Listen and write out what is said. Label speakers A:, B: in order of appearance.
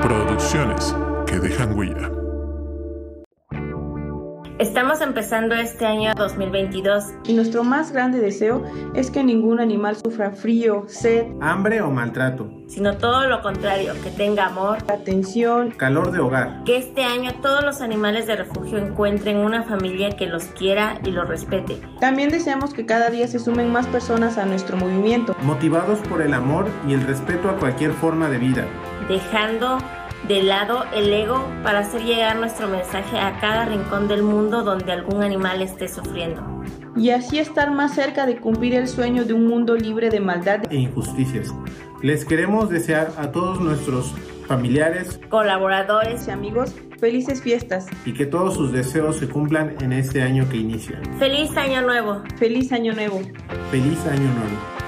A: Producciones que dejan huella.
B: Estamos empezando este año 2022
C: Y nuestro más grande deseo es que ningún animal sufra frío, sed,
D: hambre o maltrato,
B: sino todo lo contrario, que tenga amor,
C: atención,
D: calor de hogar,
B: que este año todos los animales de refugio encuentren una familia que los quiera y los respete.
C: También deseamos que cada día se sumen más personas a nuestro movimiento.
D: motivados por el amor y el respeto a cualquier forma de vida.
B: dejando de lado el ego para hacer llegar nuestro mensaje a cada rincón del mundo donde algún animal esté sufriendo.
C: Y así estar más cerca de cumplir el sueño de un mundo libre de maldad
D: e injusticias. Les queremos desear a todos nuestros familiares
B: Colaboradores,
C: y amigos. Felices fiestas.
D: y que todos sus deseos se cumplan en este año que inicia.
B: feliz año nuevo.
C: Feliz año nuevo.
D: Feliz año nuevo.